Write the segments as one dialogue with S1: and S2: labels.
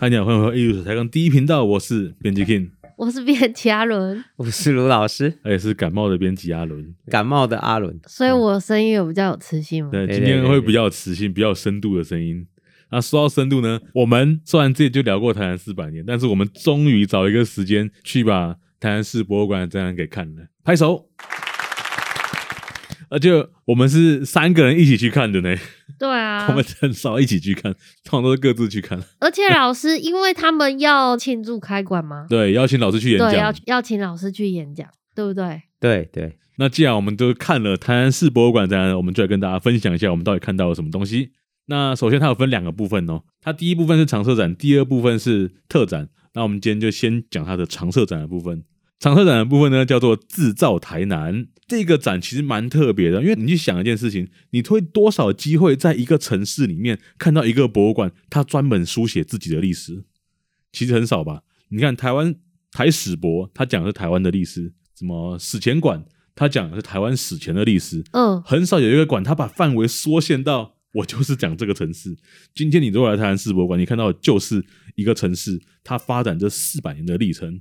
S1: 嗨，你好，欢迎回到艺术台刚第一频道，我是编辑 King，哎
S2: 我是编辑阿伦，
S3: 我是卢老师，
S1: 他也是感冒的编辑阿伦。
S3: 感冒的阿伦，
S2: 所以我声音有比较有磁性吗？
S1: 对，
S3: 对
S1: 今
S3: 对
S1: 天
S3: 对
S1: 会
S3: 对
S1: 比较有磁性、比较有深度的声音。那说到深度呢，我们虽然之前就聊过台南四百年，但是我们终于找一个时间去把台南市博物馆的展览给看了，拍手。而且我们是三个人一起去看的呢，
S2: 对啊
S1: 我，们很少一起去看，通常都是各自去看。
S2: 而且老师，因为他们要庆祝开馆吗？
S1: 对，邀请老师去演
S2: 对，
S1: 讲
S2: 要。要请老师去演讲，对不对？
S3: 对对，
S1: 那既然我们都看了台南市博物馆展览，我们就来跟大家分享一下我们到底看到了什么东西。那首先它有分两个部分哦，它第一部分是常设展，第二部分是特展。那我们今天就先讲它的常设展的部分。常设展的部分呢，叫做“制造台南”。这个展其实蛮特别的，因为你去想一件事情，你会多少机会在一个城市里面看到一个博物馆，它专门书写自己的历史？其实很少吧。你看台湾台史博，他讲的是台湾的历史；什么史前馆，他讲的是台湾史前的历史。
S2: 嗯，
S1: 很少有一个馆，它把范围缩限到我就是讲这个城市。今天你如果来台南世博馆，你看到的就是一个城市，它发展这四百年的历程。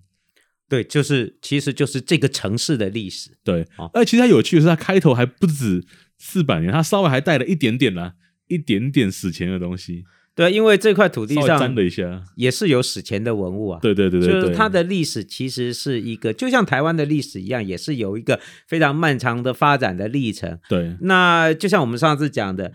S3: 对，就是其实就是这个城市的历史，
S1: 对
S3: 哦，
S1: 而其实它有趣的是，它开头还不止四百年，它稍微还带了一点点啦，一点点史前的东西，
S3: 对，因为这块土地
S1: 稍微沾
S3: 上
S1: 了一下。
S3: 也是有史前的文物啊，
S1: 对对对对对，
S3: 就是它的历史其实是一个，就像台湾的历史一样，也是有一个非常漫长的发展的历程。
S1: 对
S3: 那就像我们上次讲的，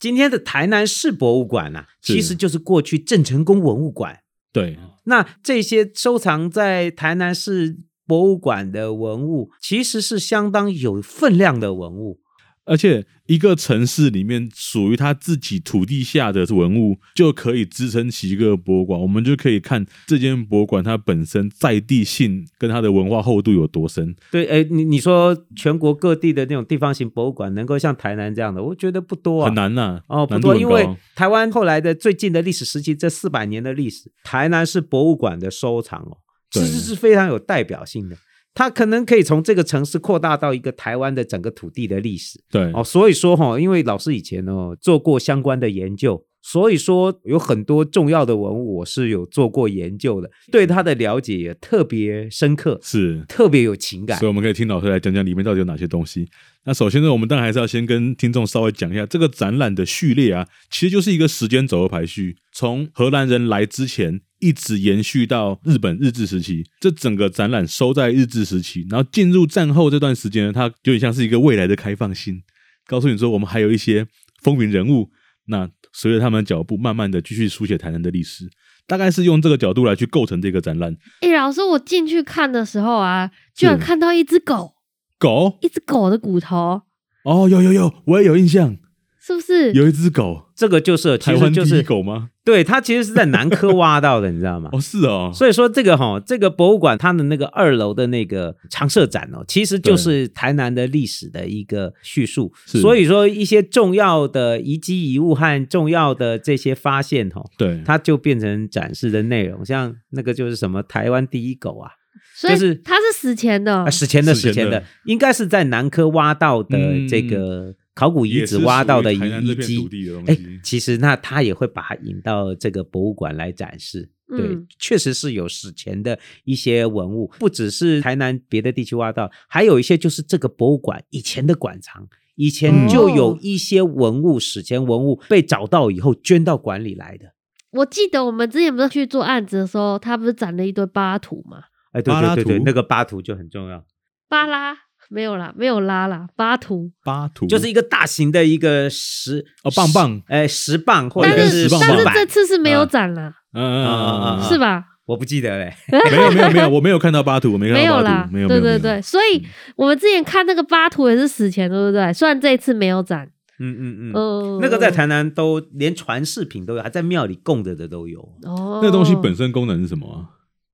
S3: 今天的台南市博物馆啊，
S1: 是
S3: 其实就是过去郑成功文物馆。
S1: 对
S3: 那这些收藏在台南市博物馆的文物，其实是相当有分量的文物。
S1: 而且一个城市里面属于它自己土地下的文物，就可以支撑起一个博物馆。我们就可以看这间博物馆它本身在地性跟它的文化厚度有多深。
S3: 对，哎，你你说全国各地的那种地方型博物馆能够像台南这样的，我觉得不多啊，
S1: 很难呐、
S3: 哦，不
S1: 难度
S3: 多，
S1: 很
S3: 因
S1: 高
S3: 为台湾后来的最近的历史时期，这四百年的历史，台南市博物馆的收藏哦，
S1: 对
S3: 其实是非常有代表性的。它可能可以从这个城市扩大到一个台湾的整个土地的历史。
S1: 对、
S3: 哦，所以说哈、因为老师以前哦做过相关的研究，所以说有很多重要的文物我是有做过研究的，对它的了解也特别深刻，
S1: 是。
S3: 特别有情感
S1: 所以。我们可以听老师来讲讲里面到底有哪些东西。那首先呢，我们当然还是要先跟听众稍微讲一下这个展览的序列啊，其实就是一个时间轴的排序，从荷兰人来之前一直延续到日本日治时期，这整个展览收在日治时期，然后进入战后这段时间呢，它有点像是一个未来的开放性，告诉你说我们还有一些风云人物，那随着他们的脚步，慢慢的继续书写台南的历史。大概是用这个角度来去构成这个展览。
S2: 诶，老师，我进去看的时候啊，居然
S1: 是
S2: 看到一只狗，
S1: 狗
S2: 一只狗的骨头，
S1: 哦，有有有，我也有印象。
S2: 是不是？
S1: 有一只狗，
S3: 这个就是，其
S1: 台
S3: 实
S1: 湾
S3: 就
S1: 第一
S3: 是
S1: 狗吗？
S3: 对它其实是在南科挖到的，你知道吗？
S1: 哦，是哦，
S3: 所以说这个哈、这个博物馆它的那个二楼的那个常设展哦，其实就是台南的历史的一个叙述。
S1: 是
S3: 所以说一些重要的遗迹遗物和重要的这些发现哦，
S1: 对，
S3: 它就变成展示的内容，像那个就是什么台湾第一狗啊，
S2: 所以
S3: 就是
S2: 它是史前的
S3: 啊，史前的
S1: 史
S3: 史
S1: 前
S3: 前
S1: 的
S3: 的，应该是在南科挖到的这个考古遗
S1: 嗯也是
S3: 址挖到的
S1: 属于台南这
S3: 遗遗
S1: 片土
S3: 迹。
S1: 地的东
S3: 哎
S1: 西，，
S3: 其实那它也会把它引到这个博物馆来展示。对，
S2: 嗯
S3: 确实是有史前的一些文物，不只是台南别的地区挖到，还有一些就是这个博物馆以前的馆藏，以
S1: 嗯
S3: 前就有一些文物，史前文物被找到以后捐到馆里来的。
S2: 我记得我们之前不是去做案子的时候，他不是展了一堆巴图嘛？
S3: 哎，对
S1: 巴拉
S3: 对对对
S1: 图，
S3: 那个巴图就很重要，
S2: 巴拉没有啦，没有拉啦，巴图。
S1: 巴图
S3: 就是一个大型的一个石
S1: 哦棒棒
S3: 哎石棒或
S1: 对
S3: 者
S2: 但
S3: 是
S2: 是
S1: 石棒
S3: 石
S2: 但是
S1: 吧
S2: 这
S3: 板，
S2: 次是没有展啦，
S1: 嗯嗯嗯嗯
S3: 啊
S2: 是吧？
S3: 我不记得嘞。
S1: 嗯，没有没有没有，我没有看到巴图，我没看
S2: 没有
S1: 到巴
S2: 啦
S1: 图，，没有，
S2: 对
S1: 没有嗯
S2: 对，对，所以我们之前看那个巴图也是史前，对不对？虽然这一次没有展，
S3: 嗯嗯嗯。
S2: 呃，
S3: 那个在台南都连传世品都有，还在庙里供着的都有，
S2: 哦，
S1: 那个东西本身功能是什么啊？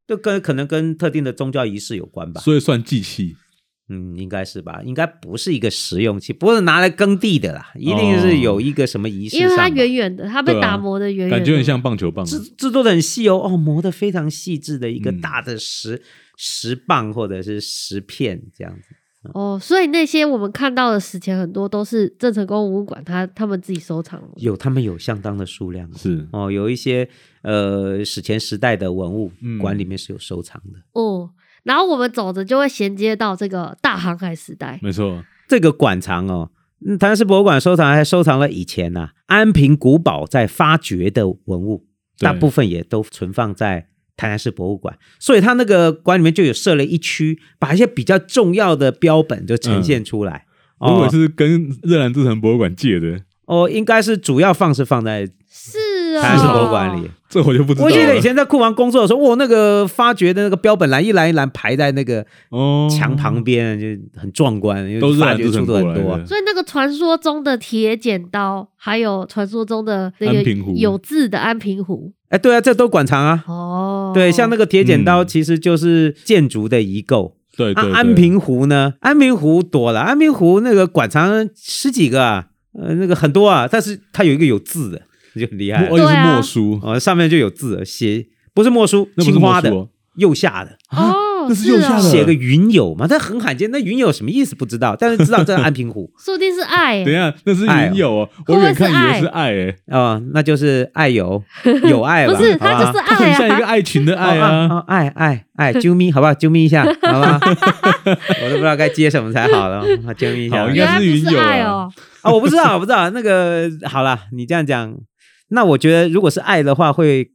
S3: 就跟可能跟特定的宗教仪式有关吧。
S1: 所以算祭器，
S3: 嗯，应该是吧，应该不是一个实用器，不是拿来耕地的啦，一定是
S1: 哦
S3: 有一个什么仪式
S2: 因为它
S3: 上的。
S2: 圆圆的，它被
S1: 对啊
S2: 打磨的圆圆的，
S1: 感觉很像棒球棒啊，
S3: 制制作的很细哦，哦，磨得非常细致的一个
S1: 嗯
S3: 大的石、石棒或者是石片这样子，
S2: 哦，所以那些我们看到的史前很多都是郑成功文物馆他他们自己收藏的。
S3: 有他们有相当的数量哦
S1: 是
S3: 哦，有一些呃史前时代的文物
S1: 嗯
S3: 馆里面是有收藏的。
S2: 哦，然后我们走着就会衔接到这个大航海时代。
S1: 没错，
S3: 这个馆藏哦，嗯台南市博物馆收藏还收藏了以前呐、啊安平古堡在发掘的文物，
S1: 对
S3: 大部分也都存放在台南市博物馆，所以它那个馆里面就有设了一区，把一些比较重要的标本就呈现出来。
S1: 我以为
S3: 哦
S1: 嗯是跟热兰自成博物馆借的，
S3: 哦，应该是主要放是放在
S2: 是
S3: 台
S2: 啊，
S3: 南市博物馆里。
S1: 这我就不知道啊
S3: 我
S1: 了。
S3: 记得以前在库房工作的时候，哇，那个发掘的那个标本栏一栏一栏排在那个
S1: 哦，
S3: 墙旁边，就很壮观，因
S1: 都
S3: 为
S1: 是
S3: 发
S1: 兰
S3: 掘
S1: 自
S3: 出
S1: 成
S3: 的
S1: 过
S3: 很
S1: 来
S3: 多。
S1: 的，
S2: 所以那个传说中的铁剪刀，还有传说中的那个
S1: 安平壶
S2: 有字的安平壶，
S3: 哎，对啊，这都馆藏啊。
S2: 哦，
S3: 对，像那
S2: 个
S3: 个铁剪刀
S1: 嗯
S3: 其实就是建筑的遗构。
S1: 对对
S3: 啊，
S1: 对，
S3: 安平湖呢？安平湖多了，安平湖那个馆藏十几个啊，呃，那个很多啊，但是它有一个有字的，就很厉害
S1: 而
S3: 了。
S1: 且是
S2: 对啊
S1: 墨书，
S3: 哦，上面就有字，写不是墨书，
S1: 那不是
S3: 青
S1: 墨
S3: 花
S1: 书嗯
S3: 的
S1: 哦
S3: 右下的，
S2: 哦，
S1: 那是右下
S2: 啊
S1: 的
S3: 写个云友嘛，但很罕见。那云友什么意思不知道，但是知道这是安平 湖
S2: 说不定是爱
S1: 等一
S2: 耶，
S1: 下，那是
S3: 爱哦
S1: 云友哦，
S2: 会
S1: 我
S2: 不会
S1: 远看
S2: 是
S1: 以为
S2: 爱
S1: 是爱，哎，
S3: 啊，那就是爱友，有爱吧？
S2: 不是，
S3: 好吧
S2: 它就是
S1: 它很
S2: 爱
S1: 像一个
S2: 啊，
S1: 爱群的爱
S3: 哦哦
S1: 啊，
S3: 哦爱爱爱，啾咪，好不好？啾咪一下，好吧？我都不知道该接什么才好了，啊啾咪一下
S1: 好应
S2: 原
S1: 该
S2: 来
S1: 是
S2: 不
S1: 云
S2: 是
S1: 友啊
S2: 爱哦，
S3: 啊，我不知道，我不知道。那个好啦，你这样讲，那我觉得如果是爱的话，会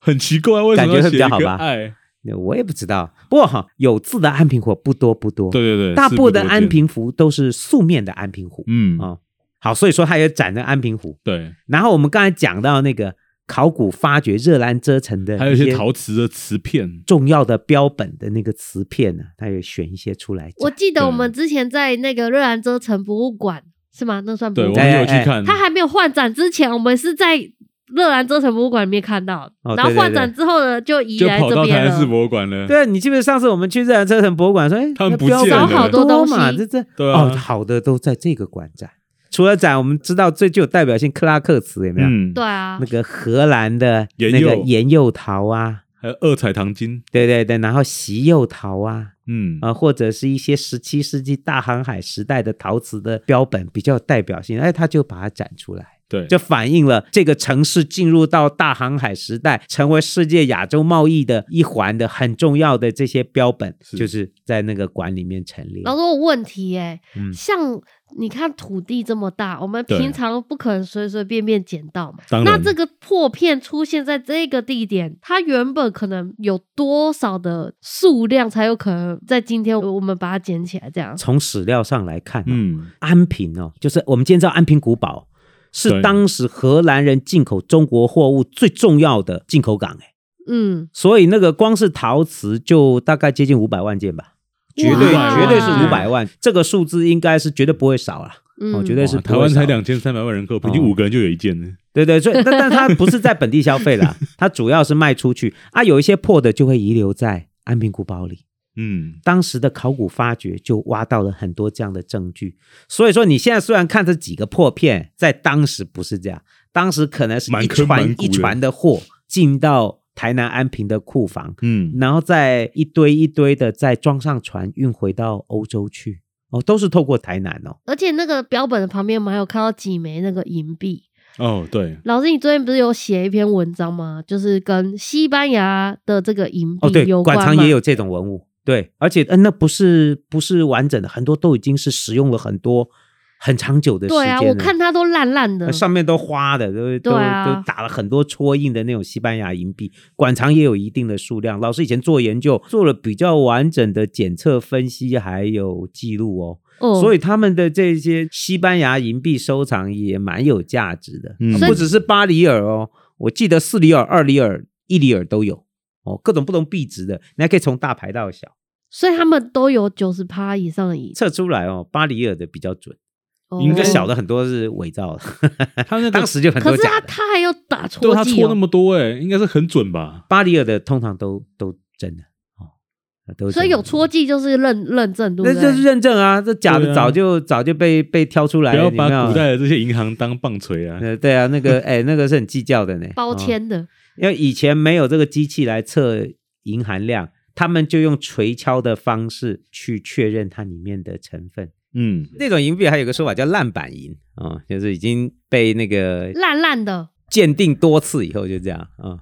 S1: 很奇怪，为什
S3: 感
S1: 么
S3: 觉
S1: 要写
S3: 会比
S1: 一
S3: 较好
S1: 个
S3: 吧
S1: 爱？
S3: 我也不知道。不过哈，有字的安平湖不多不多，
S1: 对对对，
S3: 大
S1: 事
S3: 部
S1: 不
S3: 分的
S1: 多
S3: 安
S1: 见，
S3: 平湖都是素面的安平湖。
S1: 嗯，
S3: 哦好，所以说它也展了安平湖。
S1: 对，
S3: 然后我们刚才讲到那个考古发掘热兰遮城的，
S1: 还有一些陶瓷的瓷片，
S3: 重要的标本的那个瓷片呢、它也选一些出来
S2: 我
S3: 展。
S2: 记得我们之前在那个热兰遮城博物馆是吗？那算博
S1: 对
S2: 物
S1: 我
S2: 馆？
S1: 们
S3: 哎
S1: 有
S3: 哎
S1: 去看，
S2: 它还没有换展之前，我们是在热兰遮城博物馆里面看到的，
S3: 哦
S2: 然后
S3: 对对
S2: 换
S3: 对
S2: 展之后呢，就移
S1: 就
S2: 来
S1: 跑
S2: 这
S1: 到
S2: 边
S1: 台南市
S2: 了。
S1: 博物馆 了，
S3: 对，啊你记不记得上次我们去热兰遮城博物馆说，哎，
S1: 他们
S3: 那
S1: 不
S3: 标
S1: 见
S3: 本
S1: 了
S3: 好嘛，这这
S1: 对啊
S3: 哦，好的都在这个馆展。除了展，我们知道最具有代表性克拉克瓷有没有？
S1: 嗯，
S2: 对啊
S3: 那，个荷兰的
S1: 岩
S3: 那个
S1: 釉
S3: 岩釉陶啊，
S1: 还有二彩糖精，
S3: 对对对，然后席釉陶啊，
S1: 嗯，
S3: 啊、或者是一些十七世纪大航海时代的陶瓷的标本比较有代表性，哎，他就把它展出来。
S1: 对，
S3: 就反映了这个城市进入到大航海时代，成为世界亚洲贸易的一环的很重要的这些标本，
S1: 是
S3: 就是在那个馆里面陈列。
S2: 然后我有问题哎、
S3: 嗯
S2: 像你看土地这么大，我们
S1: 对
S2: 平常不可能随随便便捡到嘛。
S1: 当
S2: 那
S1: 然
S2: 这个破片出现在这个地点，它原本可能有多少的数量才有可能在今天我们把它捡起来？这样
S3: 从史料上来看、嗯，
S1: 嗯，
S3: 安平哦，就是我们今天知道安平古堡是
S1: 对
S3: 当时荷兰人进口中国货物最重要的进口港，哎，
S2: 嗯，
S3: 所以那个光是陶瓷就大概接近五百万件吧。绝对
S1: 哇
S3: 绝对是五百万，这个数字应该是绝对不会少啊了。
S2: 嗯，
S3: 哦我觉得是
S1: 哇
S3: 不会
S1: 台湾才
S3: 少
S1: 两千三百万人口，平均
S3: 哦
S1: 五个人就有一件呢，
S3: 对对，所以但但它不是在本地消费啦，它主要是卖出去啊。有一些破的就会遗留在安平古堡里。
S1: 嗯，
S3: 当时的考古发掘就挖到了很多这样的证据，所以说你现在虽然看这几个破片，在当时不是这样，当时可能是
S1: 满
S3: 一
S1: 坑满
S3: 船
S1: 谷的
S3: 一船的货进到台南安平的库房，
S1: 嗯，
S3: 然后再一堆一堆的再装上船运回到欧洲去。哦，都是透过台南哦，
S2: 而且那个标本的旁边，我们还有看到几枚那个银币。
S1: 哦，对，
S2: 老师，你昨天不是有写一篇文章吗？就是跟西班牙的这个银
S3: 哦，对
S2: 币，有关
S3: 馆
S2: 吗？
S3: 藏也有这种文物，对，而且、呃、那不是不是完整的，很多都已经是使用了很多很长久的时间
S2: 对
S3: 了。
S2: 啊，我看它都烂烂的
S3: 呃。上面都花的，都都、
S2: 对啊
S3: 都打了很多戳印的那种西班牙银币，馆藏也有一定的数量。老师以前做研究，做了比较完整的检测分析，还有记录哦，
S2: 哦，
S3: 所以他们的这些西班牙银币收藏也蛮有价值的，啊
S1: 嗯
S3: 不只是巴里尔哦，我记得四里尔、二里尔、一里尔都有哦，各种不同币值的，你还可以从大排到小
S2: 所以他们都有九十趴以上的银，
S3: 测出来哦，巴里尔的比较准，
S2: 哦
S1: 应
S3: 应
S1: 该
S3: 该
S1: 是
S3: 小的很多是 伪造的，
S1: 他那个
S3: 哎当时就很
S2: 可
S3: 多
S2: 是
S3: 假
S2: 他
S3: 的。啊
S2: 他还有打
S1: 对
S2: 错
S1: 他
S2: 剂
S1: 错那
S2: 哦，
S1: 么多，哎，应该是很准吧？
S3: 巴里尔的通常都都真的哦，都是
S2: 所以
S3: 真的
S2: 有戳记就是认认证，对
S3: 那
S2: 不
S3: 这是
S2: 对？
S3: 认证啊，这假
S1: 对
S3: 的
S1: 啊
S3: 早就、早就被被挑出来
S1: 不
S3: 了，
S1: 要
S3: 你没
S1: 把
S3: 有啊
S1: 古代的这些银行当棒槌啊！
S3: 呃对啊，那个哎那个是
S2: 嗯
S3: 很计较的呢，
S2: 包
S3: 哦
S2: 签的，
S3: 因为以前没有这个机器来测银含量，他们就用锤敲的方式去确认它里面的成分。
S1: 嗯，
S3: 那种银币还有个说法叫烂板银啊、就是已经被那个
S2: 烂烂的，
S3: 鉴定多次以后就这样啊、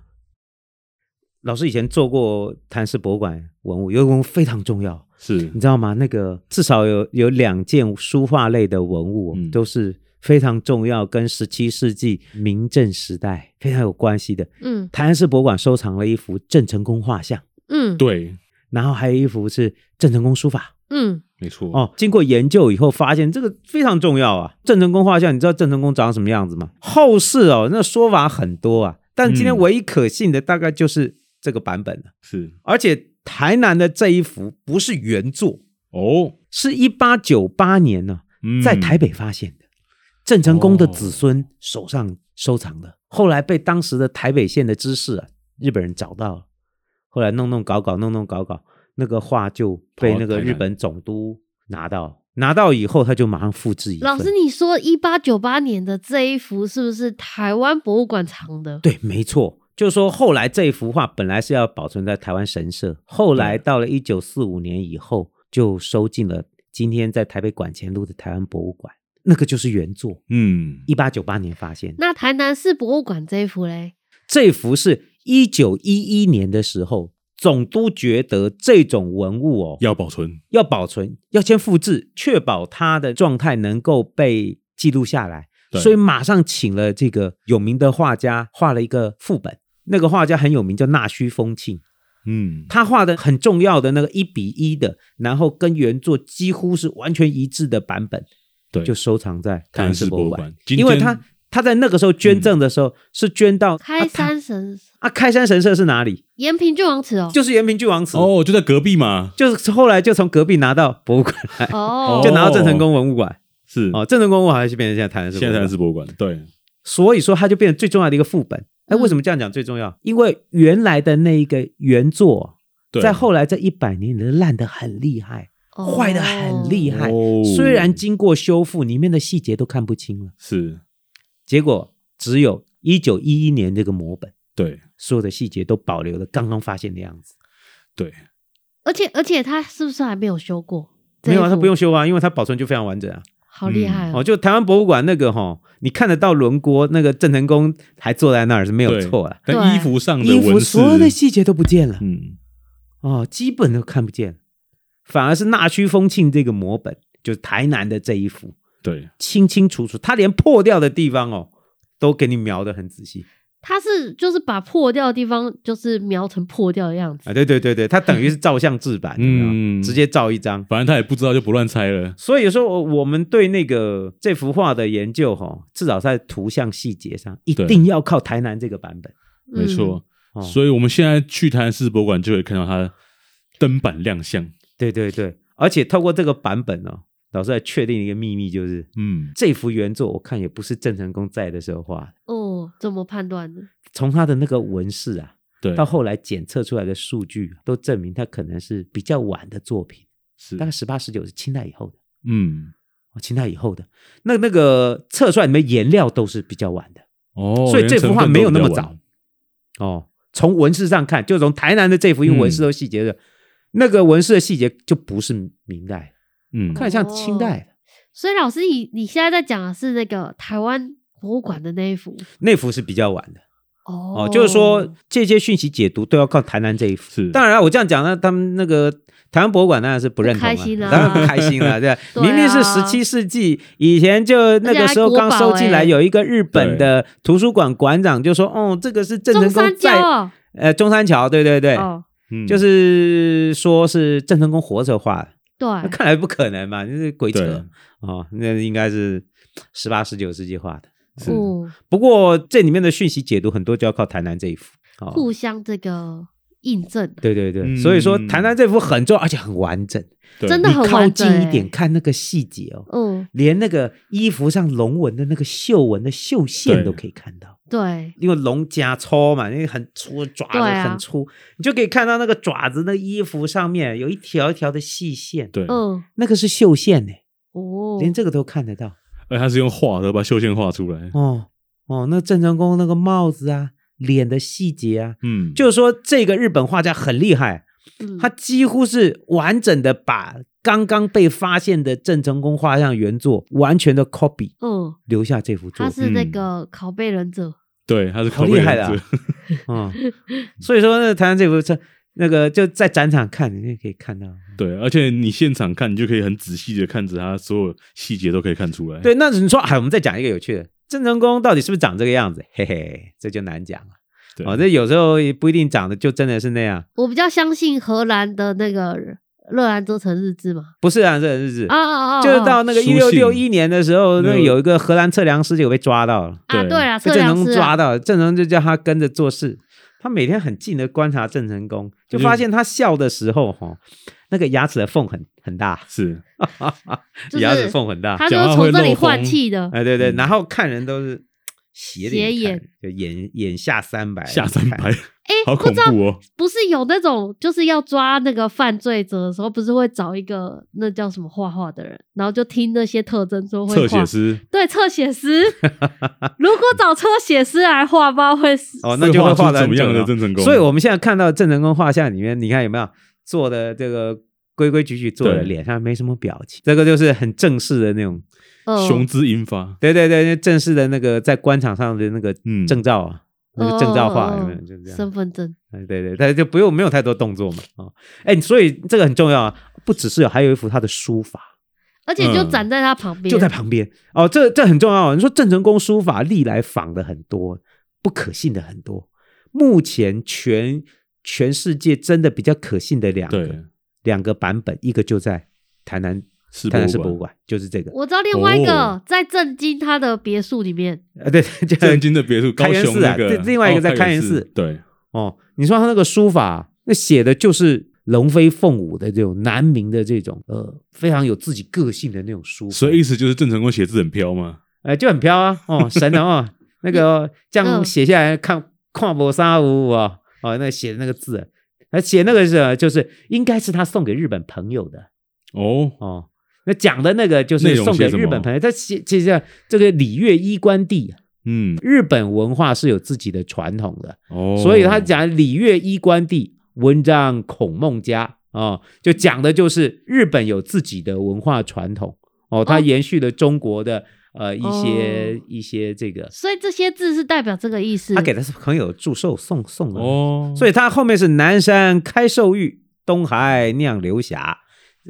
S3: 老师以前做过谭氏博物馆文物，有一个文物非常重要，
S1: 是
S3: 你知道吗？那个至少有有两件书画类的文物哦、
S1: 嗯
S3: 都是非常重要，跟十七世纪明郑时代非常有关系的。
S2: 嗯
S3: 台湾市博物馆收藏了一幅郑成功画像，
S2: 嗯
S1: 对，
S3: 然后还有一幅是郑成功书法。
S2: 嗯，
S1: 没错。
S3: 哦，经过研究以后发现这个非常重要啊！郑成功画像，你知道郑成功长什么样子吗？后世哦，那说法很多啊，但今天
S1: 嗯
S3: 唯一可信的大概就是这个版本了。
S1: 是
S3: 而且台南的这一幅不是原作，
S1: 哦，
S3: 是一八九八年啊呢、
S1: 嗯
S3: 在台北发现的，郑成功的
S1: 哦
S3: 子孙手上收藏的，后来被当时的台北县的知识啊，日本人找到了，后来弄弄搞搞，弄弄搞搞，那个画就被
S1: 跑到
S3: 那个
S1: 台南
S3: 日本总督拿到，拿到以后他就马上复制一份。
S2: 老师，你说一八九八年的这一幅是不是台湾博物馆藏的？
S3: 对，没错，就是说后来这一幅画本来是要保存在台湾神社，后来到了一九四五年以后就收进了今天在台北馆前路的台湾博物馆，那个就是原作，
S1: 嗯
S3: 一八九八年发现的。
S2: 那台南市博物馆这一幅嘞？
S3: 这幅是一九一一年的时候，总督觉得这种文物哦
S1: 要保存，
S3: 要保存，要先复制，确保它的状态能够被记录下来。
S1: 对
S3: 所以马上请了这个有名的画家画了一个副本，那个画家很有名，叫纳须丰庆。
S1: 嗯，
S3: 他画的很重要的那个一比一的，然后跟原作几乎是完全一致的版本，
S1: 对，
S3: 就收藏
S1: 台
S3: 在台南
S1: 南
S3: 市
S1: 市
S3: 博
S1: 博
S3: 物
S1: 物
S3: 馆。
S1: 馆，今
S3: 因为
S1: 天嗯
S3: 他他在那个时候捐赠的时候、是捐到
S2: 开
S3: 啊
S2: 山神
S3: 他啊开山神社是哪里？
S2: 延平郡王祠哦，
S3: 就是延平郡王祠。
S1: 哦，就在隔壁嘛，
S3: 就是后来就从隔壁拿到博物馆来，
S2: 哦，
S3: 就拿到郑成功文物馆
S1: 是
S3: 哦，郑成功文物好像是变成现在台南市博
S1: 现在
S3: 物
S1: 台
S3: 馆
S1: 南市博物馆，对，
S3: 所以说它就变成最重要的一个副本。哎，为什么这样讲最重要？因为原来的那一个原作，
S1: 对
S3: 在后来这一百年里烂得很厉害，
S2: 哦
S3: 坏得很厉害
S1: 哦
S3: 虽然经过修复，里面的细节都看不清了，
S1: 是
S3: 结果只有一九一一年这个摹本，
S1: 对
S3: 所有的细节都保留了刚刚发现的样子。
S1: 对，
S2: 而且而且他是不是还没有修过？这
S3: 没有啊，
S2: 一
S3: 它
S2: 幅
S3: 不用，修啊，因为它保存就非常完整啊。
S2: 好厉害
S1: 嗯
S3: 哦，
S2: 哦！
S3: 就台湾博物馆那个哈、你看得到轮廓，那个郑成功还坐在那儿是没有
S1: 对
S3: 错啊。
S1: 但
S2: 对
S1: 衣服上的
S3: 衣服
S1: 纹饰
S3: 所有的细节都不见了，
S1: 嗯，
S3: 哦，基本都看不见，反而是纳须风庆这个摹本，就是台南的这一幅，
S1: 对，
S3: 清清楚楚，它连破掉的地方哦，都给你描得很仔细
S2: 他是就是把破掉的地方就是描成破掉的样子
S3: 啊，，对对对对，它等于是照相制版，嗯，
S1: 嗯
S3: 直接照一张。
S1: 反正他也不知道，就不乱猜了，
S3: 所以说，我我们对那个这幅画的研究、哦，哈，至少在图像细节上，一
S1: 对
S3: 定要靠台南这个版本。
S2: 嗯
S1: 没错，
S3: 哦，
S1: 所以我们现在去台南市博物馆就可以看到它灯板亮相，
S3: 对对对，而且透过这个版本哦，老师还确定一个秘密，就是
S1: 嗯，
S3: 这幅原作我看也不是郑成功在的时候画的，
S2: 嗯。哦，怎么判断的？
S3: 从他的那个纹饰啊，
S1: 对，
S3: 到后来检测出来的数据都证明他可能是比较晚的作品，
S1: 是
S3: 大概十八十九是清代以后的，
S1: 嗯
S3: 哦，清代以后的那那个测出来里面颜料都是比较晚的，
S1: 哦，
S3: 所以这幅画没有那么
S1: 原成分都比较
S3: 早
S1: 晚，
S3: 哦。从纹饰上看，就从台南的这幅，因为纹饰都细节的，那个纹饰的细节就不是明代，
S1: 嗯，
S3: 看像清代的、
S2: 所以老师你，你现在在讲的是那个台湾博物馆的那一幅
S3: 那幅是比较晚的。
S2: 哦
S3: 哦，就是说这些讯息解读都要靠台南这一幅。
S1: 是
S3: 当然啊，我这样讲呢，他们那个台湾博物馆当然是不认同
S2: 不开心
S3: 了，
S2: 啊
S3: 当然不开 心了，对吧，
S2: 对啊
S3: 明明是十七世纪以前，就那个时候刚收进
S2: 而且还国宝
S3: 来，
S2: 欸
S3: 有一个日本的图书馆馆长就说：“哦，这个是郑
S2: 中
S3: 成
S2: 山
S3: 功
S2: 交
S3: 在
S2: 哦，
S3: 呃中山桥，对对对，
S2: 哦，
S1: 嗯
S3: 就是说是郑成功活着画的，
S2: 对，
S3: 那看来不可能嘛，就是鬼
S1: 对
S3: 扯哦，那应该是十八十九世纪画的。
S1: 是
S2: 哦，
S3: 不过这里面的讯息解读很多就要靠台南这一幅。”哦。
S2: 互相这个印证啊，
S3: 对对对，
S1: 嗯
S3: 所以说台南这幅很重要，而且很完整。
S1: 对
S2: 真的很
S3: 你靠
S2: 完整
S3: 近一点
S2: 欸
S3: 看那个细节哦，
S2: 嗯，
S3: 连那个衣服上龙纹的那个绣纹的绣线都可以看到。
S2: 对，
S3: 因为龙夹粗嘛，因为很粗爪
S2: 对
S3: 子
S2: 啊
S3: 很粗，你就可以看到那个爪子那衣服上面有一条一条的细线，
S1: 对，
S2: 嗯，
S3: 那个是绣线呢、
S2: 哦，
S3: 连这个都看得到。
S1: 而哎他是用画的把绣线画出来，
S3: 哦哦，那郑成功那个帽子啊，脸的细节啊，
S1: 嗯，
S3: 就是说这个日本画家很厉害，
S2: 嗯
S3: 他几乎是完整的把刚刚被发现的郑成功画像原作完全的 copy
S2: 嗯，
S3: 留下这幅作
S2: 他
S3: 品。
S2: 是那
S1: 嗯
S2: 个拷贝忍者，
S1: 对，他是
S3: 好
S1: 拷贝
S3: 厉害
S1: 忍
S3: 的
S1: 者
S3: 嗯，所以说那台湾这幅这那个就在展场看，你就可以看到。
S1: 对，而且你现场看，你就可以很仔细的看着他所有细节都可以看出来。
S3: 对，那你说，哎，我们再讲一个有趣的，郑成功到底是不是长这个样子？ 嘿嘿，这就难讲了。
S1: 对，
S3: 哦，这有时候也不一定长得就真的是那样。
S2: 我比较相信荷兰的那个热兰遮城日志嘛，
S3: 不是啊，这个日子，
S2: 啊啊啊，
S3: 就是
S2: 啊
S3: 到那个
S1: 哦书
S3: 一
S1: 信
S3: 六六一年的时候，那
S1: 那个
S3: 个有一个荷兰测量师就被抓到了，
S2: 啊，
S1: 对
S2: 对了，
S3: 被
S2: 测
S3: 郑
S2: 量
S3: 成功
S2: 师
S3: 抓
S2: 啊，
S3: 到了，郑成功就叫他跟着做事。他每天很近的观察郑成功，就
S1: 嗯
S3: 发现他笑的时候，哈、那个牙齿的缝很很大，
S1: 是
S2: 就是
S3: 牙齿缝很大。
S2: 他就
S1: 讲
S2: 是
S1: 话
S2: 从
S1: 会
S2: 这
S1: 漏
S2: 里换
S1: 风
S2: 气的，
S3: 哎，对对，
S1: 嗯
S3: 然后看人都是斜
S2: 斜
S3: 眼看
S2: 眼，
S3: 就眼眼下三百，
S1: 下三
S3: 看
S1: 排，
S2: 哎，
S1: 好
S2: 不
S1: 恐
S2: 知道
S1: 怖哦。
S2: 不是有那种就是要抓那个犯罪者的时候，不是会找一个那叫什么画画的人，然后就听那些特征说会
S1: 侧写。
S2: 画
S1: 师
S2: 对，侧写师，如果找侧写师来画，不知道会死。
S3: 哦，那就会
S1: 画
S3: 画
S1: 出
S3: 的
S1: 怎么样的郑成功？
S3: 所以我们现在看到郑成功画像里面，你看有没有做的这个规规矩矩做的，
S1: 对
S3: 脸上没什么表情，这个就是很正式的那种。
S2: 嗯
S1: 雄姿英发，
S3: 对对对，正式的那个在官场上的那个
S1: 嗯
S3: 证照啊，那个证照画
S2: 嗯
S3: 有没有？就这样
S2: 身。份证，
S3: 哎对对，但是就不用没有太多动作嘛。哦，哎，所以这个很重要啊，不只是有还有一幅他的书法。
S2: 而且就
S1: 嗯
S2: 展在他旁边，
S3: 就在旁边哦，这这很重要哦。你说郑成功书法历来仿的很多，不可信的很多。目前全全世界真的比较可信的两
S1: 对
S3: 个，两个版本，一个就在台南
S1: 是
S3: 台南市博物
S1: 物馆，
S3: 馆，就是这个。
S2: 我知道另外一个、
S1: 哦
S2: 在震惊他的别墅里面，
S3: 啊， 对，就
S1: 正经的别墅，
S3: 开
S1: 高
S3: 元
S1: 雄
S3: 寺
S1: 那
S3: 啊
S1: 个
S3: 这，另外一个
S1: 哦
S3: 在开
S1: 开
S3: 元寺
S1: 对，
S3: 哦，你说他那个书法，那写的就是龙飞凤舞的这种南明的这种呃非常有自己个性的那种书法，
S1: 所以意思就是郑成功写字很飘嘛，
S3: 呃，就很飘啊，哦，神的哦，那个这样
S2: 嗯
S3: 写下来看跨博沙五五哦，哦，那写的那个字，那写那个是就是应该是他送给日本朋友的
S1: 哦，
S3: 哦，那讲的那个就
S1: 内
S3: 是
S1: 容
S3: 送给
S1: 写什
S3: 日本
S1: 么
S3: 朋友，他写写下这个礼乐衣冠地，
S1: 嗯，
S3: 日本文化是有自己的传统的，
S1: 哦，
S3: 所以他讲礼乐衣冠地，文章孔孟家哦，就讲的就是日本有自己的文化传统哦，它
S2: 哦
S3: 延续了中国的。呃，一些、
S2: 哦
S3: 一些这个，
S2: 所以这些字是代表这个意思。
S3: 他给的是朋友祝寿送送的，
S1: 哦，
S3: 所以他后面是南山开寿玉，东海酿流霞，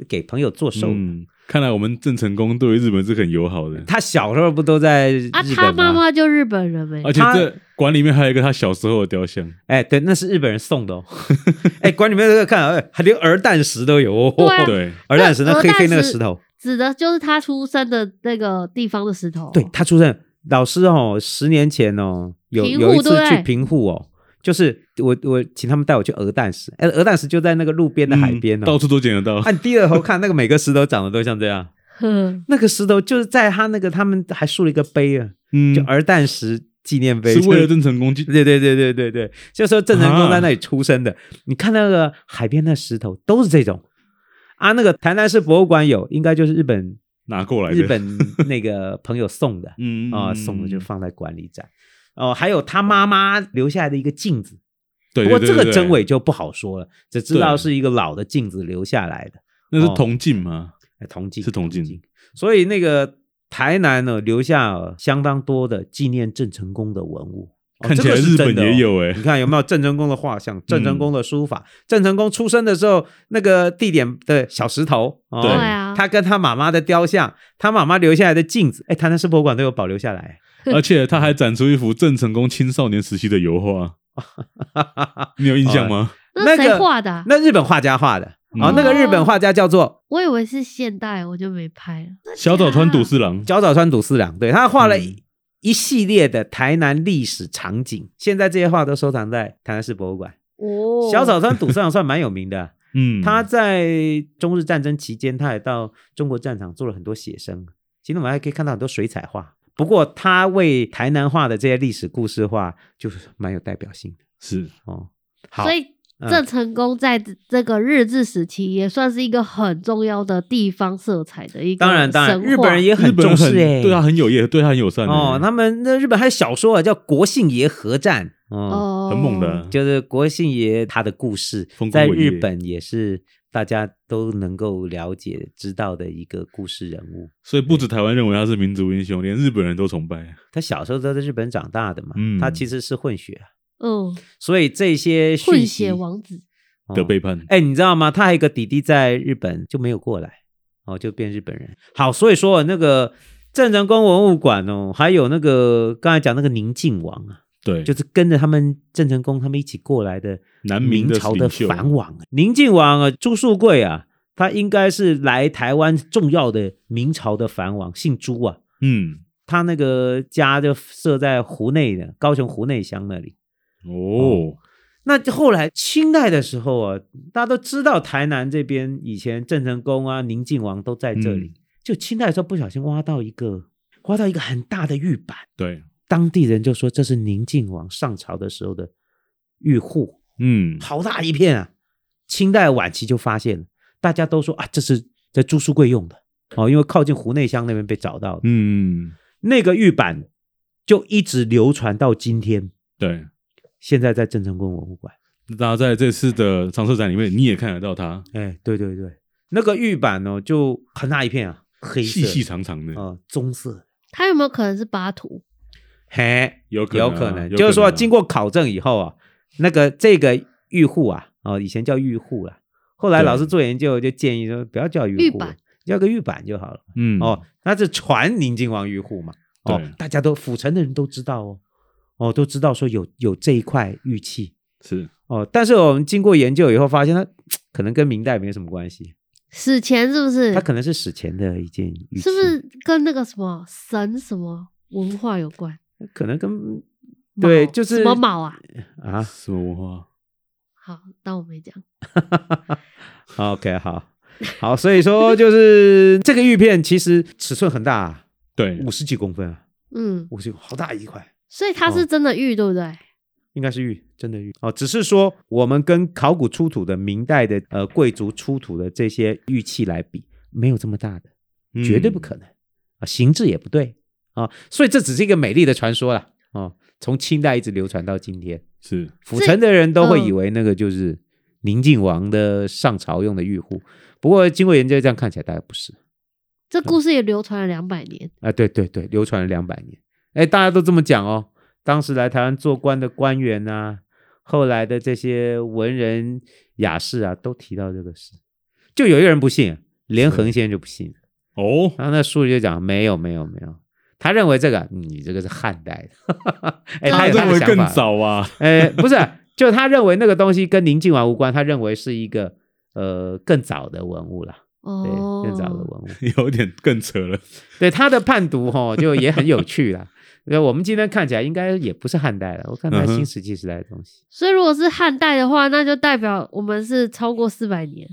S3: 给朋友做寿。
S1: 嗯，看来我们郑成功对于日本是很友好的，
S3: 他小时候不都在日
S2: 啊，
S3: 本吗？
S2: 他妈妈就日本人呗、
S1: 而且
S3: 他
S1: 这馆里面还有一个他小时候的雕像，
S3: 哎，对，那是日本人送的哦。 哎，馆里面这个看，哎，还连鹅蛋石都有哦。
S2: 对 啊
S1: 对，
S3: 鹅蛋石那
S2: 那鹅
S3: 黑
S2: 蛋
S3: 黑那个
S2: 石
S3: 石头，
S2: 指的就是他出生的那个地方的石头。
S3: 对他出生老师哦，十年前哦，有
S2: 平
S3: 有一
S2: 户
S3: 次
S2: 对
S3: 去平户哦。就是我，我请他们带我去鹅蛋石，哎，鹅蛋石就在那个路边的海
S1: 嗯
S3: 边哦。
S1: 到处都捡得到，
S3: 按低了头看，那个每个石头长得都像这 样。
S2: 哼，
S3: 那个石头就是在他那个，他们还竖了一个碑啊，
S1: 嗯
S3: 就，鹅蛋石纪念碑，
S1: 是为了
S3: 就是
S1: 郑成功，
S3: 对对对对对对，就说郑成功
S1: 啊
S3: 在那里出生的。你看那个海边那石头都是这种啊，那个台南市博物馆有，应该就是日本
S1: 拿过来的，
S3: 日本那个朋友送的
S1: 嗯
S3: 啊、送的就放在馆里展。哦，还有他妈妈留下来的一个镜子，
S1: 对，对
S3: 不过这个
S1: 对
S3: 真，
S1: 对对
S3: 伪就不好说了，只知
S1: 对
S3: 道是一个老的镜子留下来的。
S1: 那
S3: 哦
S1: 是铜镜吗？
S3: 哎，铜镜
S1: 是铜镜
S3: 所以那个台南呢，留下呃相当多的纪念郑成功的文物。哦
S1: 看起来
S3: 这个是
S1: 日
S3: 真
S1: 本
S3: 的哦
S1: 也有哎嗯
S3: 你看有没有郑成功的画像、郑成功的书法、郑成功出生的时候那个地点的小石头，哦、
S1: 对
S2: 啊
S3: 他跟他妈妈的雕像，他妈妈留下来的镜子，哎，台南市博物馆都有保留下来。
S1: 而且他还展出一幅郑成功青少年时期的油画，你有印象吗？
S3: 哦
S2: 那
S3: 那
S2: 谁
S3: 个
S2: 画的啊、
S3: 那日本画家画的，哦
S1: 嗯，哦
S3: 那个日本画家叫做
S2: 我以为是现代，我就没拍了。
S1: 小早川笃四郎，
S3: 角早川笃四郎，对他画了
S1: 嗯
S3: 一系列的台南历史场景，现在这些画都收藏在台南市博物馆。
S2: 哦，
S3: 小早川笃四郎算蛮有名的，啊
S1: 嗯，
S3: 他在中日战争期间，他也到中国战场做了很多写生。其实我们还可以看到很多水彩画，不过他为台南画的这些历史故事画就是蛮有代表性的
S1: 是
S3: 哦。好，
S2: 所以
S3: 嗯
S2: 郑成功在这这个日治时期也算是一个很重要的地方色彩的一个
S3: 当然当然，
S2: 神话
S3: 日本人也
S1: 日
S3: 很
S1: 本
S3: 重
S1: 人
S3: 视
S1: 很啊
S3: 哎、哦
S1: 对他很有业，对他很友善欸
S3: 哦，他们那日本还有小说啊，叫《国姓爷和战》嗯，
S2: 哦，
S1: 很猛的，
S3: 就是国姓爷他的故事
S1: 丰，功
S3: 在
S1: 伟
S3: 日
S1: 业
S3: 本也是大家都能够了解、知道的一个故事人物。
S1: 所以不止台湾认为他是民族英雄，连日本人都崇拜。
S3: 他小时候都在日本长大的嘛，
S1: 嗯
S3: 他其实是混血，
S2: 嗯，
S3: 所以这些讯
S2: 混
S3: 息
S2: 血王子，
S1: 的
S3: 哦
S1: 背叛，
S3: 哎，你知道吗？他还有一个弟弟在日本就没有过来，哦，就变日本人。好，所以说那个郑成功文物馆哦，还有那个刚才讲那个宁靖王啊，
S1: 对，
S3: 就是跟着他们郑成功他们一起过来的
S1: 南明
S3: 明
S1: 的
S3: 朝的
S1: 领袖
S3: 藩王啊宁靖王啊，朱树贵啊，他应该是来台湾重要的明朝的藩王，姓朱啊。
S1: 嗯，
S3: 他那个家就设在湖内的高雄湖内乡那里，
S1: 哦，
S3: 那就后来清代的时候啊，大家都知道台南这边以前郑成功啊、宁靖王都在这里。
S1: 嗯
S3: 就清代的时候不小心挖到一个挖到一个很大的玉板，
S1: 对，
S3: 当地人就说这是宁靖王上朝的时候的玉户，
S1: 嗯，
S3: 好大一片啊！清代晚期就发现了，大家都说啊，这是在朱书贵用的哦，因为靠近湖内乡那边被找到的、
S1: 嗯，
S3: 那个玉板，就一直流传到今天，
S1: 对，
S3: 现在在郑成功文物馆。
S1: 大家在这次的长社展里面，你也看得到它
S3: 哎，对对对，那个玉板哦，就很大一片啊，黑色
S1: 细细长长
S3: 啊、
S1: 的，
S3: 呃棕色，
S2: 他有没有可能是巴图？
S3: 嘿，
S1: 有可能啊
S3: 有可能，
S1: 有
S3: 就是
S1: 可
S3: 说
S1: 能啊
S3: 经过考证以后啊，那个这个玉户啊，哦，以前叫玉户啦，后来
S1: 对
S3: 老师做研究就建议说，不要叫玉
S2: 玉
S3: 户
S2: 板，
S3: 叫个玉板就好了。
S1: 嗯，
S3: 哦，，那是传宁靖王玉户嘛，哦
S1: 对，
S3: 大家都府城的人都知道哦，哦，都知道说有有这一块玉器
S1: 是
S3: 哦，但是我们经过研究以后发现它可能跟明代没什么关系，
S2: 史前是不是
S3: 它？可能是史前的一件玉
S2: 嗯
S3: 器，
S2: 是不是跟那个什么神什么文化有关？
S3: 可能跟对
S2: 卯
S3: 就是
S2: 什么卯啊？
S3: 啊
S1: 什么文化？
S2: 好，当我没讲。
S3: ，OK，好好，所以说就是 这个玉片其实尺寸很大、啊，
S1: 对，
S3: 五十几公分啊，
S2: 嗯，
S3: 五十几好大一块，
S2: 所以它
S3: 哦
S2: 是真的玉，对不对？
S3: 应该是玉，真的玉哦。只是说我们跟考古出土的明代的呃贵族出土的这些玉器来比，没有这么大的，
S1: 嗯
S3: 绝对不可能、啊，形制也不对啊，所以这只是一个美丽的传说啦。哦，从清代一直流传到今天。
S1: 是，
S3: 府城的人都会
S2: 嗯
S3: 以为那个就是宁靖王的上朝用的玉壶，不过经过研究，这样看起来大概不是
S2: 这
S3: 嗯
S2: 故事也流传了两百年。
S3: 啊、对对对，流传了两百年，哎，大家都这么讲哦。当时来台湾做官的官员啊，后来的这些文人雅士啊，都提到这个事。就有一个人不信，连
S1: 是
S3: 横先生就不信，
S1: 哦，
S3: 然后那书里就讲没有没有没有，他认为这个你这个是汉代的，哎，
S2: 他
S3: 他有
S1: 认
S3: 他的
S1: 为
S3: 想
S1: 更
S3: 法。
S1: 早啊，
S3: 呃，不是，就他认为那个东西跟宁靖王无关，他认为是一个呃更早的文物啦，对，
S2: 哦，
S3: 更早的文物。
S1: 有点更扯 了，
S3: 对他的判读哈、就也很有趣 啦。那我们今天看起来应该也不是汉代了，我看它
S1: 嗯哼
S3: 新石器时代的东西。
S2: 所以如果是汉代的话，那就代表我们是超过四百年。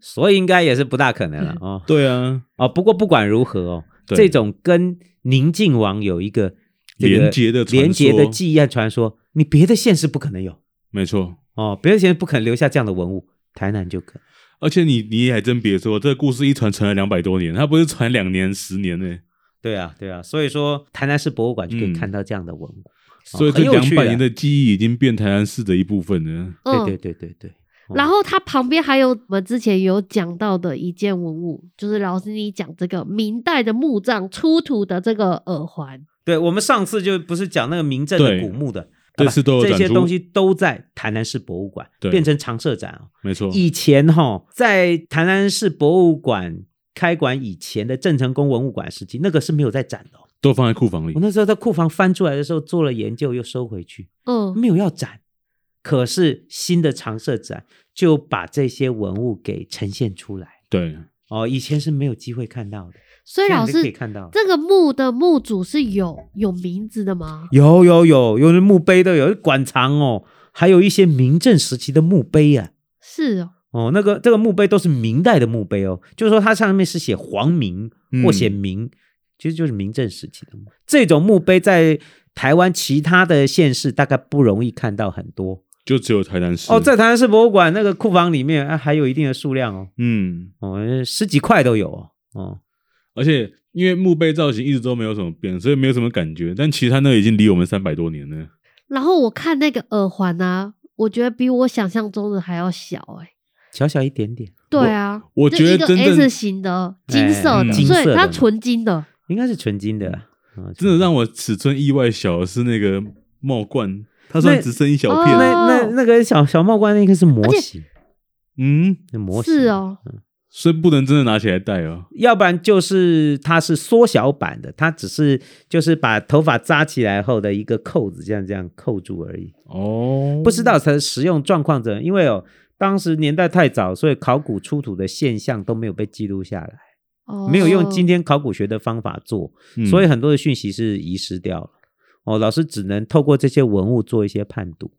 S3: 所以应该也是不大可能了哦。
S1: 对啊，
S3: 哦，不过不管如何哦，
S1: 对
S3: 这种跟宁靖王有一个、这个
S1: 连结的传
S3: 连结的
S1: 说
S3: 记忆和传说，你别的县市不可能有
S1: 没错。
S3: 哦，别的县市不可能留下这样的文物，台南就可。
S1: 而且你你还真别说，这个故事一传传了两百多年，它不是传两年、十年呢、
S3: 对啊，对啊，所以说台南市博物馆就可以
S1: 嗯
S3: 看到这样的文物。
S1: 所以这
S3: 很有
S1: 两
S3: 趣
S1: 百
S3: 啊
S1: 年的记忆已经变台南市的一部分了。
S2: 嗯，
S3: 对对对对对，哦
S2: 然后它旁边还有我们之前有讲到的一件文物，就是老师你讲这个明代的墓葬出土的这个耳环，
S3: 对我们上次就不是讲那个明镇的
S1: 对
S3: 古墓的，
S1: 这
S3: 啊
S1: 次都有
S3: 这
S1: 展
S3: 些
S1: 出
S3: 东西都在台南市博物馆
S1: 对
S3: 变成常设展哦。
S1: 没错，
S3: 以前哈、在台南市博物馆开馆以前的郑成功文物馆时期，那个是没有在展的哦、
S1: 都放在库房里
S3: 我。那时候在库房翻出来的时候做了研究，又收回去，
S2: 嗯，
S3: 没有要展。可是新的常设展就把这些文物给呈现出来。
S1: 对，
S3: 哦，以前是没有机会看到的，
S2: 所以
S3: 现在
S2: 老
S3: 就可以
S2: 师
S3: 看到了。
S2: 这个墓的墓主是有有名字的吗？
S3: 有有有，有的墓碑都有馆藏哦，还有一些明郑时期的墓碑啊。
S2: 是哦，
S3: 哦，那个这个墓碑都是明代的墓碑哦，就是说它上面是写皇明或写
S1: 嗯
S3: 明，其实就是明郑时期的墓。这种墓碑在台湾其他的县市大概不容易看到很多
S1: 就只有台南市。
S3: 哦，在台南市博物馆那个库房里面啊，还有一定的数量哦，
S1: 嗯，
S3: 哦，十几块都有哦，哦，
S1: 而且因为墓碑造型一直都没有什么变，所以没有什么感觉。但其实它那已经离我们三百多年了。
S2: 然后我看那个耳环啊，我觉得比我想象中的还要小哎、
S3: 小小一点点，
S2: 对啊，
S1: 我我
S2: 就
S1: 觉得
S2: 一个
S1: 真正
S2: S 型的金色
S1: 嗯
S2: 的，
S1: 金
S2: 所以
S3: 哎色的
S2: 它纯金的，
S3: 应该是纯金的啦。啊
S1: 嗯真的
S3: 纯金
S1: 让我尺寸意外小的是那个帽冠，它算
S3: 那
S1: 只剩一小
S2: 哦
S1: 片。
S3: 那那那个小小帽冠那个是模
S2: 而且
S3: 型，
S1: 嗯，
S3: 那模型
S2: 是，哦，
S1: 所以不能真的拿起来戴哦。
S3: 要不然就是它是缩小版的，它只是就是把头发扎起来后的一个扣子，这样这样扣住而已。
S1: 哦，
S3: 不知道它的使用状况怎样，因为哦，当时年代太早，所以考古出土的现象都没有被记录下来，
S2: 哦
S3: 嗯没有用今天考古学的方法做，
S1: 嗯，
S3: 所以很多的讯息是遗失掉了。哦，老师只能透过这些文物做一些判读。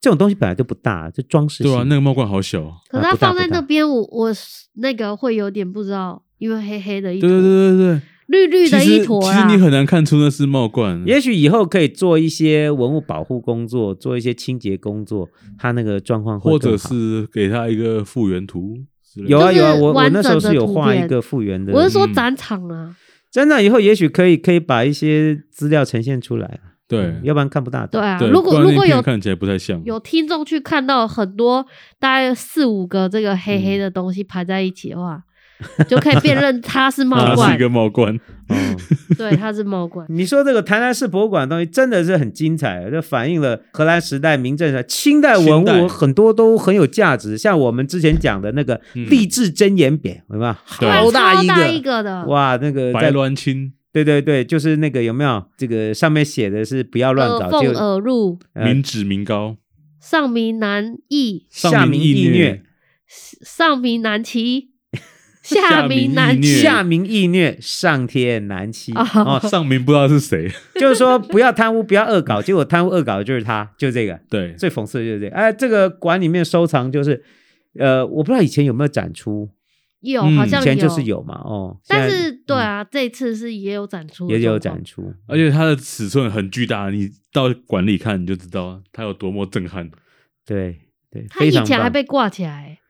S3: 这种东西本来就不大，就装饰
S1: 对
S3: 性。
S1: 啊，那个帽冠好小哦。
S2: 可是
S3: 啊
S2: 它
S3: 不大
S2: 放在
S3: 不大
S2: 那边，我我是那个会有点不知道，因为黑黑的一
S1: 对
S2: 坨，
S1: 对对对对，
S2: 绿绿
S1: 其
S2: 的
S1: 实
S2: 一坨
S1: 其
S2: 啦
S1: 实你。很难看出那是帽冠。
S3: 也许以后可以做一些文物保护工作，做一些清洁工作，它那个状况
S1: 嗯
S3: 会
S1: 或
S3: 更
S1: 者
S3: 好
S1: 是给他一个复原图之类的
S3: 有
S2: 就
S3: 啊
S2: 是
S3: 有啊，我我
S2: 完整的
S3: 那时候是有画
S2: 图片
S3: 一个复原的，
S2: 我是说
S1: 嗯
S2: 展场啊，
S3: 真的以后也许可以可以把一些资料呈现出来，啊
S1: 对
S3: 要不然看不大懂。哦
S2: 对啊。
S1: 对，
S2: 如果
S1: 不然那
S2: 如果
S1: 片
S2: 有
S1: 看起来不太像，
S2: 有听众去看到很多大概四五个这个黑
S1: 嗯
S2: 黑的东西排在一起的话， 就可以辨认它是帽
S1: 它是
S2: 冠
S1: 一，个帽冠。
S3: 哦
S2: 对，它是帽冠。
S3: 你说这个台南市博物馆的东西真的是很精彩，这反映了荷兰时代、明正时代、清代文
S1: 清代
S3: 物很多都很有价值。像我们之前讲的那个
S1: 嗯
S3: 励志真言匾，有没有？
S1: 对
S2: 哇
S3: 好大
S2: 超
S3: 一
S2: 大
S3: 个
S2: 一，个的，
S3: 哇，那个
S1: 白
S3: 在
S1: 鸾青，
S3: 对对对，就是那个有没有？这个上面写的是不要乱
S2: 耳
S3: 搞，
S2: 凤
S3: 就
S2: 耳入，
S3: 呃
S1: 民脂民膏，
S2: 上明难易，
S3: 下
S1: 民
S3: 民
S1: 易
S3: 易
S1: 虐
S3: 虐，
S2: 上明难骑，
S1: 下
S2: 下
S1: 明易
S2: 明难
S1: 虐
S3: 下民易虐，上天难欺
S2: 啊
S3: 哦，
S1: 上名不知道是谁。
S3: 就是说不要贪污，不要恶搞。结果贪污恶搞的就是他，就这个
S1: 对，
S3: 最讽刺的就是这个。哎，这个馆里面收藏就是，呃，我不知道以前有没有展出，
S2: 有
S1: 嗯
S2: 好
S3: 以
S2: 像
S3: 前就是有嘛，哦，
S2: 但
S3: 现在嗯
S2: 是对啊，这次是也有展出的
S3: 也有
S2: 状
S3: 展
S2: 况，
S3: 出，
S1: 而且它的尺寸很巨大，你到馆里看你就知道它有多么震撼。
S3: 对对，
S2: 它
S3: 非
S2: 以
S3: 常
S2: 前还
S3: 棒。
S2: 被挂起来，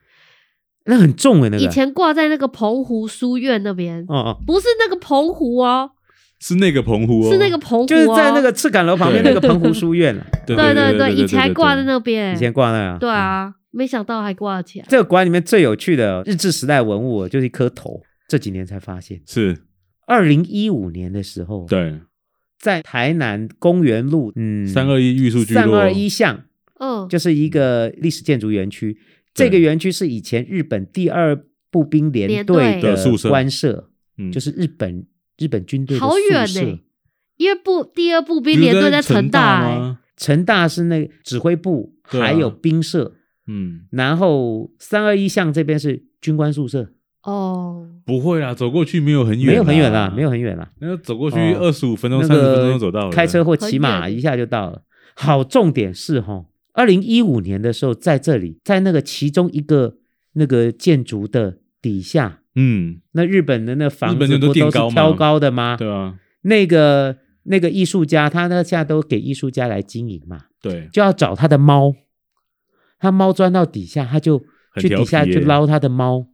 S3: 那很重的那个，
S2: 以前挂在那个澎湖书院那边，
S3: 哦哦，
S2: 不是那个澎湖哦，
S1: 是那个澎湖哦，
S2: 是那个澎湖、哦，
S3: 就是在那个赤坎楼旁边
S1: 对
S3: 那 个澎湖书院了，
S1: 对
S2: 对
S1: 对
S2: 对，以前还挂在
S1: 对
S2: 那边，
S3: 以前挂那个，
S2: 对啊，没想到还挂起来，
S3: 这个馆里面最有趣的日治时代文物就是一颗头，这几年才发现。
S1: 是
S3: 二零一五年的时候，
S1: 对
S3: 在台南公园路，嗯，
S1: 三二一艺术聚落，
S3: 三二一巷，
S2: 嗯，
S3: 就是一个历史建筑园区。
S1: 对
S3: 这个园区是以前日本第二步兵联队
S2: 联队
S1: 的宿舍
S3: 官舍，
S1: 嗯
S3: 就是日本日本军队的
S2: 好远欸
S3: 宿
S2: 呢、
S3: 舍。
S2: 因为部第二步
S1: 你
S2: 兵
S1: 不是
S2: 连队在
S1: 成
S2: 成大、欸，
S1: 吗？
S3: 成大是那个指挥部，
S1: 对啊
S3: 还有兵舍，
S2: 欸
S1: 嗯，
S3: 然后三二一巷这边是军官宿舍，
S2: 哦，
S1: 不会啦，走过去没有很远，
S3: 没有很远啦，没有很远啦。
S1: 那走过去二
S3: 哦
S1: 十五分钟、
S3: 那
S1: 三十分钟
S3: 个
S1: 就走到了。
S3: 开车或骑
S2: 很
S3: 马
S2: 远
S3: 一下就到了。好，重点是哈，二零一五年的时候，在这里，在那个其中一个那个建筑的底下，
S1: 嗯，
S3: 那日本的那
S1: 日
S3: 房
S1: 本
S3: 子
S1: 人都
S3: 不
S1: 垫
S3: 都是
S1: 高吗
S3: 挑高的吗？
S1: 对啊，
S3: 那个那个艺术家，他那现在都给艺术家来经营嘛，
S1: 对，
S3: 就要找他的猫，他猫钻到底下，他就
S1: 很
S3: 去
S1: 调
S3: 底下
S1: 皮
S3: 去
S1: 耶
S3: 捞他的猫，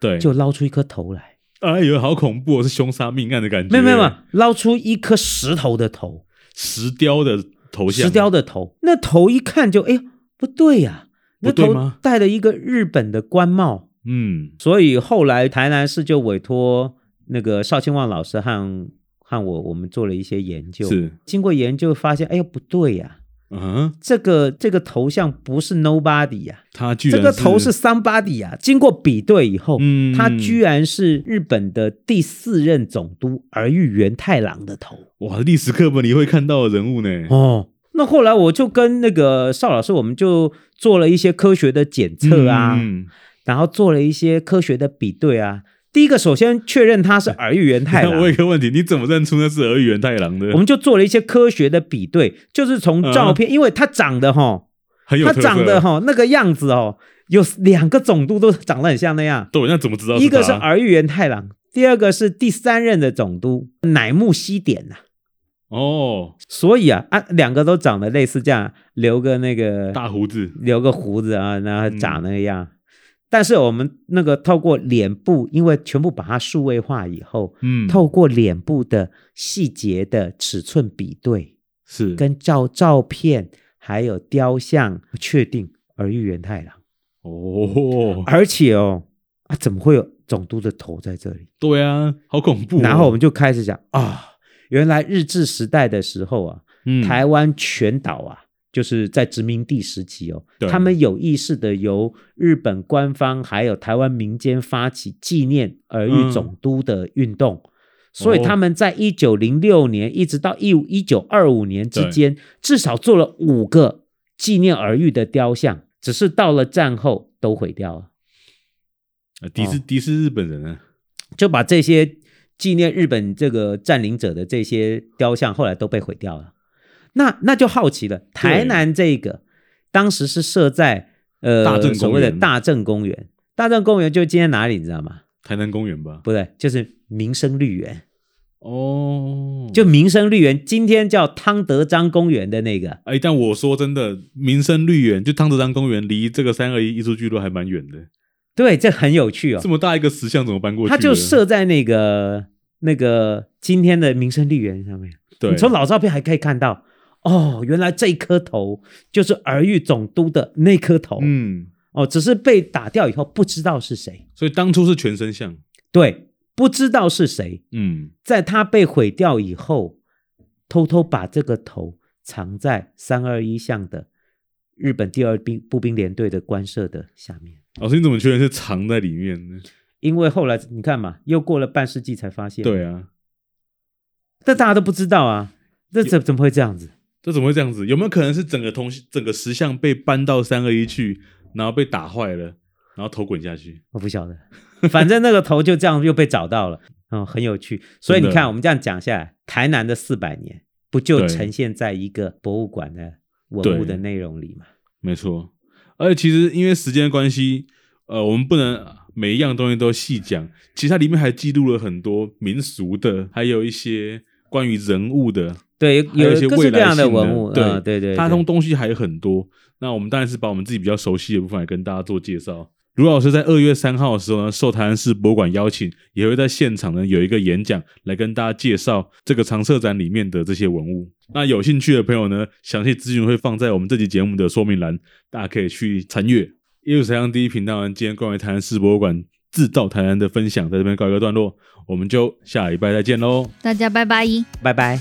S1: 对，
S3: 就捞出一颗头来，
S1: 哎呦，好恐怖、哦，是凶杀命案的感觉。
S3: 没有没有没有，捞出一颗石头的头。
S1: 石雕的头像，
S3: 石雕的头，那头一看就哎呦不对呀、
S1: 不
S3: 那
S1: 对
S3: 头
S1: 吗
S3: 戴了一个日本的官帽，
S1: 嗯，
S3: 所以后来台南市就委托那个邵庆旺老师和和我我们做了一些研究，
S1: 是，
S3: 经过研究发现，哎呦不对呀、
S1: 嗯，
S3: 这个这个头像不是 nobody 呀、
S1: 他居然
S3: 这个头是 somebody 呀、经过比对以后，
S1: 嗯
S3: 他居然是日本的第四任总督儿玉源太郎的头。
S1: 哇，历史课本里会看到的人物呢。
S3: 哦，那后来我就跟那个邵老师，我们就做了一些科学的检测啊，
S1: 嗯，
S3: 然后做了一些科学的比对啊。第一个，首先确认他是耳玉源太
S1: 那
S3: 郎
S1: 我有，一个问题，你怎么认出那是儿原太郎的？
S3: 我们就做了一些科学的比对，就是从照片，因为他长得哈，
S1: 嗯很有
S3: 他
S1: 特
S3: 长
S1: 色
S3: 得，哈那个样子哦，有两个总督都长得很像那样，
S1: 对，那怎么知道他？
S3: 一个是耳玉源太郎，第二个是第三任的总督乃木希典呐、
S1: 哦，
S3: 所以啊，啊，两个都长得类似这样，留个那个
S1: 大胡子，
S3: 留个胡子啊，然后长那个样。
S1: 嗯
S3: 但是我们那个透过脸部，因为全部把它数位化以后，
S1: 嗯，
S3: 透过脸部的细节的尺寸比对，
S1: 是
S3: 跟照照片还有雕像确定儿玉源太郎，
S1: 哦，
S3: 而且哦啊，怎么会有总督的头在这里？
S1: 对啊，好恐怖哦、
S3: 然后我们就开始讲啊、原来日治时代的时候啊，
S1: 嗯
S3: 台湾全岛啊，就是在殖民地时期哦
S1: 对，
S3: 他们有意识的由日本官方还有台湾民间发起纪念儿
S1: 嗯
S3: 育总督的运动。所以
S1: 哦
S3: 他们在一九零六年一直到一五一九二五年之间，至少做了五个纪念儿育的雕像，只是到了战后都毁掉了。
S1: 呃敌视
S3: 哦
S1: 敌视日本人啊，
S3: 就把这些纪念日本这个占领者的这些雕像，后来都被毁掉了。那那就好奇了，台南这个当时是设在呃
S1: 大正公园
S3: 所谓的大正公园，大正公园就今天哪里你知道吗？
S1: 台南公园吧？
S3: 不对，就是民生绿园，
S1: 哦，
S3: 就民生绿园，今天叫汤德章公园的那个。
S1: 哎，但我说真的，民生绿园就汤泽山公园离这个三二一艺术聚落还蛮远的，
S3: 对，这很有趣哦
S1: 这。么大一个石像怎么搬过去
S3: 它
S1: 的？
S3: 就设在那个那个今天的民生绿园上面。
S1: 对
S3: 你，从老照片还可以看到，哦，原来这一颗头就是儿育总督的那颗头，
S1: 嗯，
S3: 哦，只是被打掉以后不知道是谁，
S1: 所以当初是全身像，
S3: 对，不知道是谁，
S1: 嗯，
S3: 在他被毁掉以后，偷偷把这个头藏在三二一巷的日本第二兵步兵连队的官舍的下面，
S1: 老师你怎么确认是藏在里面呢？
S3: 因为后来你看嘛，又过了半世纪才发现，，
S1: 对啊，
S3: 这大家都不知道啊，这怎怎么会这样子？
S1: 这怎么会这样子？有没有可能是整个东西、整个石像被搬到三二一去，然后被打坏了，然后头滚下去？
S3: 我不晓得，反正那个头就这样又被找到了，嗯，很有趣。所以你看，我们这样讲下来，台南的四百年不就
S1: 对
S3: 呈现在一个博物馆的文物的内容里嘛？
S1: 没错，而且其实因为时间的关系，呃，我们不能每一样东西都细讲。其实它里面还记录了很多民俗的，还有一些关于人物的，
S3: 对，
S1: 还有
S3: 有
S1: 一些
S3: 各
S1: 未
S3: 式各
S1: 来
S3: 样
S1: 性
S3: 文物，
S1: 对、
S3: 嗯对对，
S1: 它
S3: 对
S1: 东东西还有很多。那我们当然是把我们自己比较熟悉的部分来跟大家做介绍。卢老师在二月三号的时候呢，受台湾市博物馆邀请，也会在现场呢有一个演讲，来跟大家介绍这个常设展里面的这些文物。那有兴趣的朋友呢，详细资讯会放在我们这期节目的说明栏，大家可以去参阅。耶鲁财商第一频道呢，今天关于台湾市博物馆制造台湾的分享，在这边告一个段落，我们就下礼拜再见喽。
S4: 大家拜拜。
S3: 拜拜。